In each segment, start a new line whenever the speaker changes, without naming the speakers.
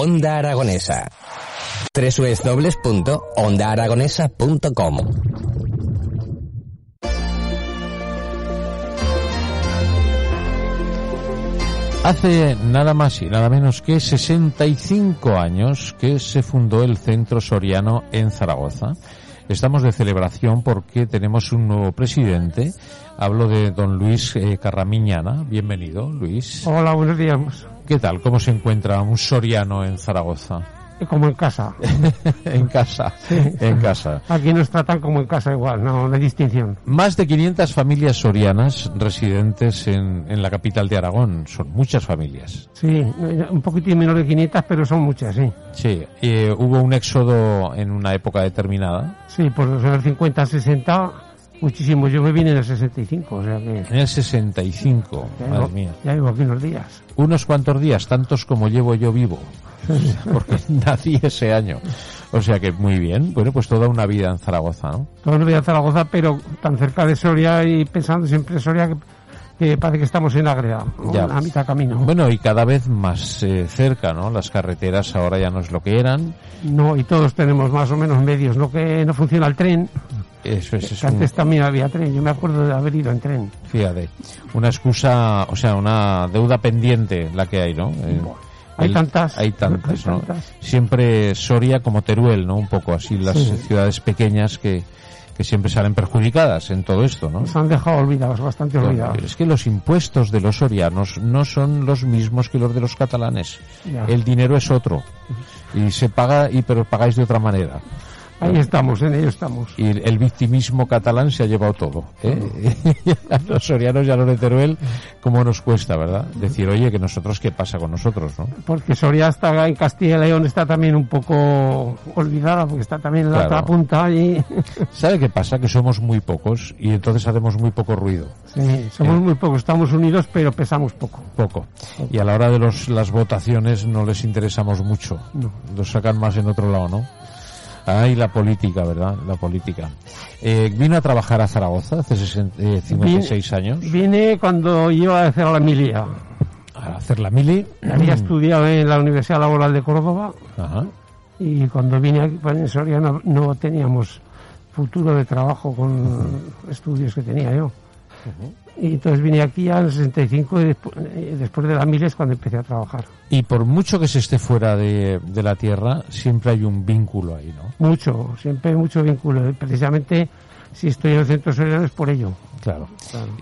Onda Aragonesa. www.ondaaragonesa.com
Hace nada más y nada menos que 65 años que se fundó el Centro Soriano en Zaragoza. Estamos de celebración porque tenemos un nuevo presidente. Hablo de don Luis eh, Carramiñana. Bienvenido, Luis.
Hola, buenos días.
¿Qué tal? ¿Cómo se encuentra un soriano en Zaragoza?
Como en casa.
en casa, en casa.
Aquí nos tratan como en casa igual, no, no hay distinción.
Más de 500 familias sorianas residentes en, en la capital de Aragón. Son muchas familias.
Sí, un poquitín menos de 500, pero son muchas, sí.
Sí, eh, hubo un éxodo en una época determinada.
Sí, por los años 50, 60, muchísimo. Yo me vine en el 65, o sea que...
En el 65,
Ya
madre
llevo-
mía.
Ya llevo aquí unos días.
Unos cuantos días, tantos como llevo yo vivo. Porque nací ese año. O sea que muy bien. Bueno, pues toda una vida en Zaragoza, ¿no?
Todos los días a Zaragoza, pero tan cerca de Soria y pensando siempre en Soria que, que parece que estamos en Ágreda, ¿no?
Ya.
a mitad camino.
Bueno, y cada vez más eh, cerca, ¿no? Las carreteras ahora ya no es lo que eran.
No, y todos tenemos más o menos medios, no que no funciona el tren,
Eso es, es
que
un-
antes también había tren, yo me acuerdo de haber ido en tren.
fíjate, una excusa, o sea, una deuda pendiente la que hay, ¿no? Eh,
hay tantas.
Hay tantas,
Hay
¿no?
tantas.
Siempre Soria como Teruel, ¿no? Un poco así, las eh, ciudades pequeñas que, que siempre salen perjudicadas en todo esto, ¿no?
Nos han dejado olvidados, bastante
Bueno,
olvidados.
es que los impuestos de los sorianos no son los mismos que los de los catalanes.
Ya.
El dinero es otro. Y se paga, y pero pagáis de otra manera.
Ahí estamos, en ello estamos.
y el, el victimismo catalán se ha llevado todo. ¿eh? a los sorianos y a los de Teruel, cómo nos cuesta, ¿verdad? Decir, oye, que nosotros, ¿qué pasa con nosotros, no?
Porque Soria está en Castilla y León, está también un poco olvidada, porque está también en la
Claro.
otra punta y
¿Sabe qué pasa? Que somos muy pocos y entonces hacemos muy poco ruido.
sí, somos muy pocos, estamos unidos, pero pesamos poco.
Poco. Y a la hora de los, las votaciones no les interesamos mucho. Los sacan más en otro lado, ¿no? Ay, la política, ¿verdad? La política. Eh, vino a trabajar a Zaragoza hace sesen- eh, 56 años
Vine cuando iba a hacer la milia.
a hacer la mili.
Había estudiado en la Universidad Laboral de Córdoba
Ajá.
y cuando vine aquí pues, en Soria no, no teníamos futuro de trabajo con estudios que tenía yo. Y entonces vine aquí al 65 y despu- eh, después de la miles cuando empecé a trabajar.
Y por mucho que se esté fuera de, de la Tierra, siempre hay un vínculo ahí, ¿no?
Mucho, siempre mucho vínculo. ¿eh? Precisamente si estoy en el centro solidario es por ello.
Claro.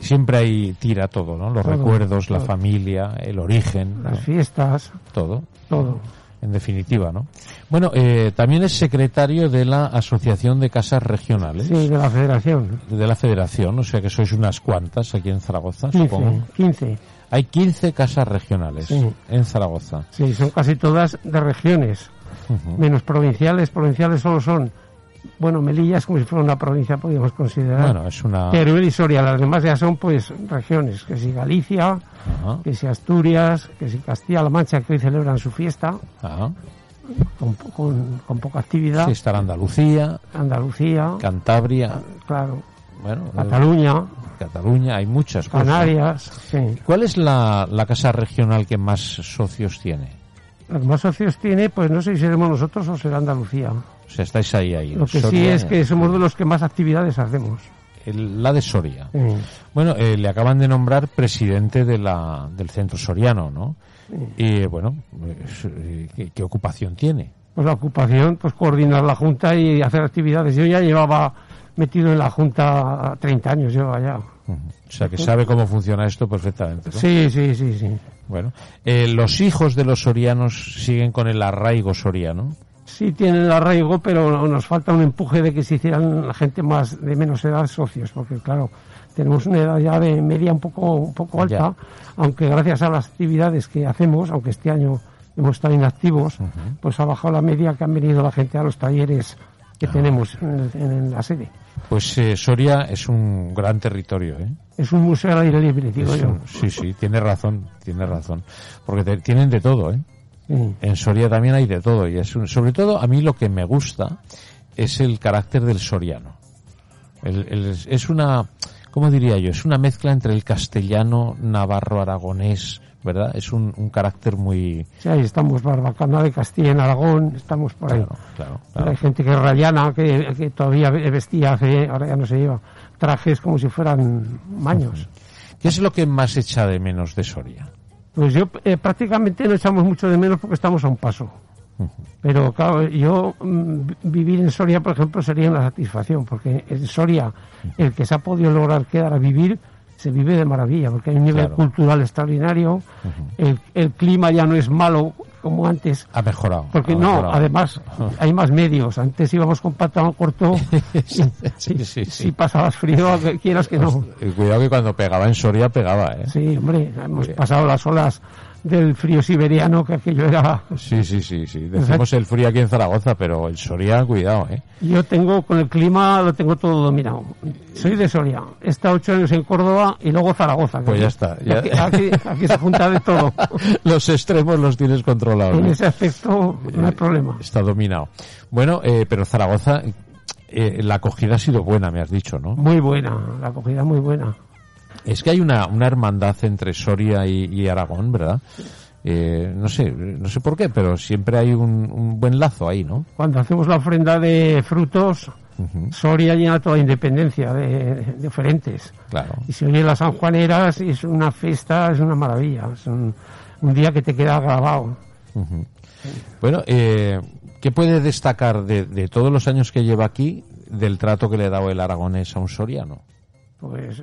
Siempre hay tira todo, ¿no? Los
Todo,
recuerdos, la
todo.
familia, el origen, ¿no?
Las fiestas,
todo,
todo.
en definitiva, ¿no? Bueno, eh, también es secretario de la Asociación de Casas Regionales
Sí, de la federación.
de la Federación, o sea que sois unas cuantas aquí en Zaragoza,
15,
supongo.
15.
Hay 15 casas regionales
Sí.
en Zaragoza.
Sí, son casi todas de regiones, menos provinciales. Provinciales solo son, bueno, Melilla es como si fuera una provincia, podríamos considerar.
Bueno, ah. es una...
Teruel y Soria, las demás ya son pues regiones, que si Galicia,
Ajá,
que si Asturias, que si Castilla-La Mancha, que hoy celebran su fiesta
ajá.
con, po- con- con poca actividad,
ah, Sí, estará Andalucía,
Andalucía,
Cantabria,
claro,
bueno,
Cataluña,
Cataluña, hay muchas cosas.
Canarias, sí.
¿Cuál es la, la casa regional que más socios tiene?
Los más socios tiene, pues no sé si seremos nosotros o será Andalucía.
O sea, estáis ahí, ahí.
Lo que sí
Soria,
es que somos de los que más actividades hacemos.
el- la de Soria.
Sí.
Bueno, eh, le acaban de nombrar presidente de la, del centro soriano, ¿no? Y bueno, es- eh, ¿qué, qué ocupación tiene?
Pues la ocupación, pues coordinar la Junta y hacer actividades. Yo ya llevaba metido en la Junta 30 años, llevaba ya.
O sea, que sabe cómo funciona esto perfectamente, ¿no?
Sí, sí, sí, sí.
Bueno, eh, los hijos de los sorianos siguen con el arraigo soriano.
sí tienen el arraigo, pero nos falta un empuje de que se hicieran la gente más de menos edad socios, porque claro, tenemos una edad ya de media un poco, un poco
Ya.
alta, aunque gracias a las actividades que hacemos, aunque este año hemos estado inactivos, pues ha bajado la media que han venido la gente a los talleres
Ah.
que tenemos en, el- en la sede.
Pues eh, Soria es un gran territorio, ¿eh?
Es un museo al aire libre, digo
Es
yo.
un- sí, sí, tiene razón, tiene razón. Porque te- tienen de todo, ¿eh?
Sí.
En Soria también hay de todo y es un- sobre todo a mí lo que me gusta es el carácter del soriano. El- el- es una, ¿cómo diría yo? Es una mezcla entre el castellano, navarro, aragonés, ¿verdad? Es un, un carácter muy
Sí, ahí estamos, Barbacana de Castilla en Aragón, estamos por ahí.
claro, claro,
Hay
claro.
gente que es rayana, que, que todavía ve- vestía, hace- ahora ya no se lleva, trajes como si fueran maños.
¿Qué es lo que más echa de menos de Soria?
Pues yo eh, prácticamente no echamos mucho de menos porque estamos a un paso. Pero claro, yo mm, vi- vivir en Soria, por ejemplo, sería una satisfacción, porque en Soria el que se ha podido lograr quedar a vivir se vive de maravilla, porque hay un nivel
Claro.
cultural extraordinario, el, el clima ya no es malo como antes,
Ha mejorado.
Porque
ha
no,
mejorado.
además hay más medios. Antes íbamos con pantalón corto.
Sí, sí,
Si
sí.
pasabas frío, que quieras que no.
Eh, Cuidado que cuando pegaba en Soria pegaba, ¿eh?
Sí, hombre, hemos pasado las olas del frío siberiano, que aquello era.
Sí, sí, sí, sí. Decimos el frío aquí en Zaragoza, pero el Soria, cuidado, ¿eh?
Yo tengo con el clima, lo tengo todo dominado. Soy de Soria. He estado ocho años en Córdoba y luego Zaragoza. que
Pues ya está, ya.
Aquí, aquí- aquí se junta de todo.
los extremos los tienes controlados.
En
¿no?
ese aspecto no hay problema.
Está dominado. Bueno, eh, pero Zaragoza, eh, la acogida ha sido buena, me has dicho, ¿no?
Muy buena, la acogida muy buena.
Es que hay una, una hermandad entre Soria y, y Aragón, ¿verdad? Eh, no sé, no sé por qué, pero siempre hay un, un buen lazo ahí, ¿no?
cuando hacemos la ofrenda de frutos, Soria llena toda Independencia de, de oferentes.
Claro.
Y se oye las sanjuaneras y es una fiesta, es una maravilla. Es un, un día que te queda grabado.
Bueno, eh, ¿qué puede destacar de, de todos los años que lleva aquí del trato que le ha dado el aragonés a un soriano?
Pues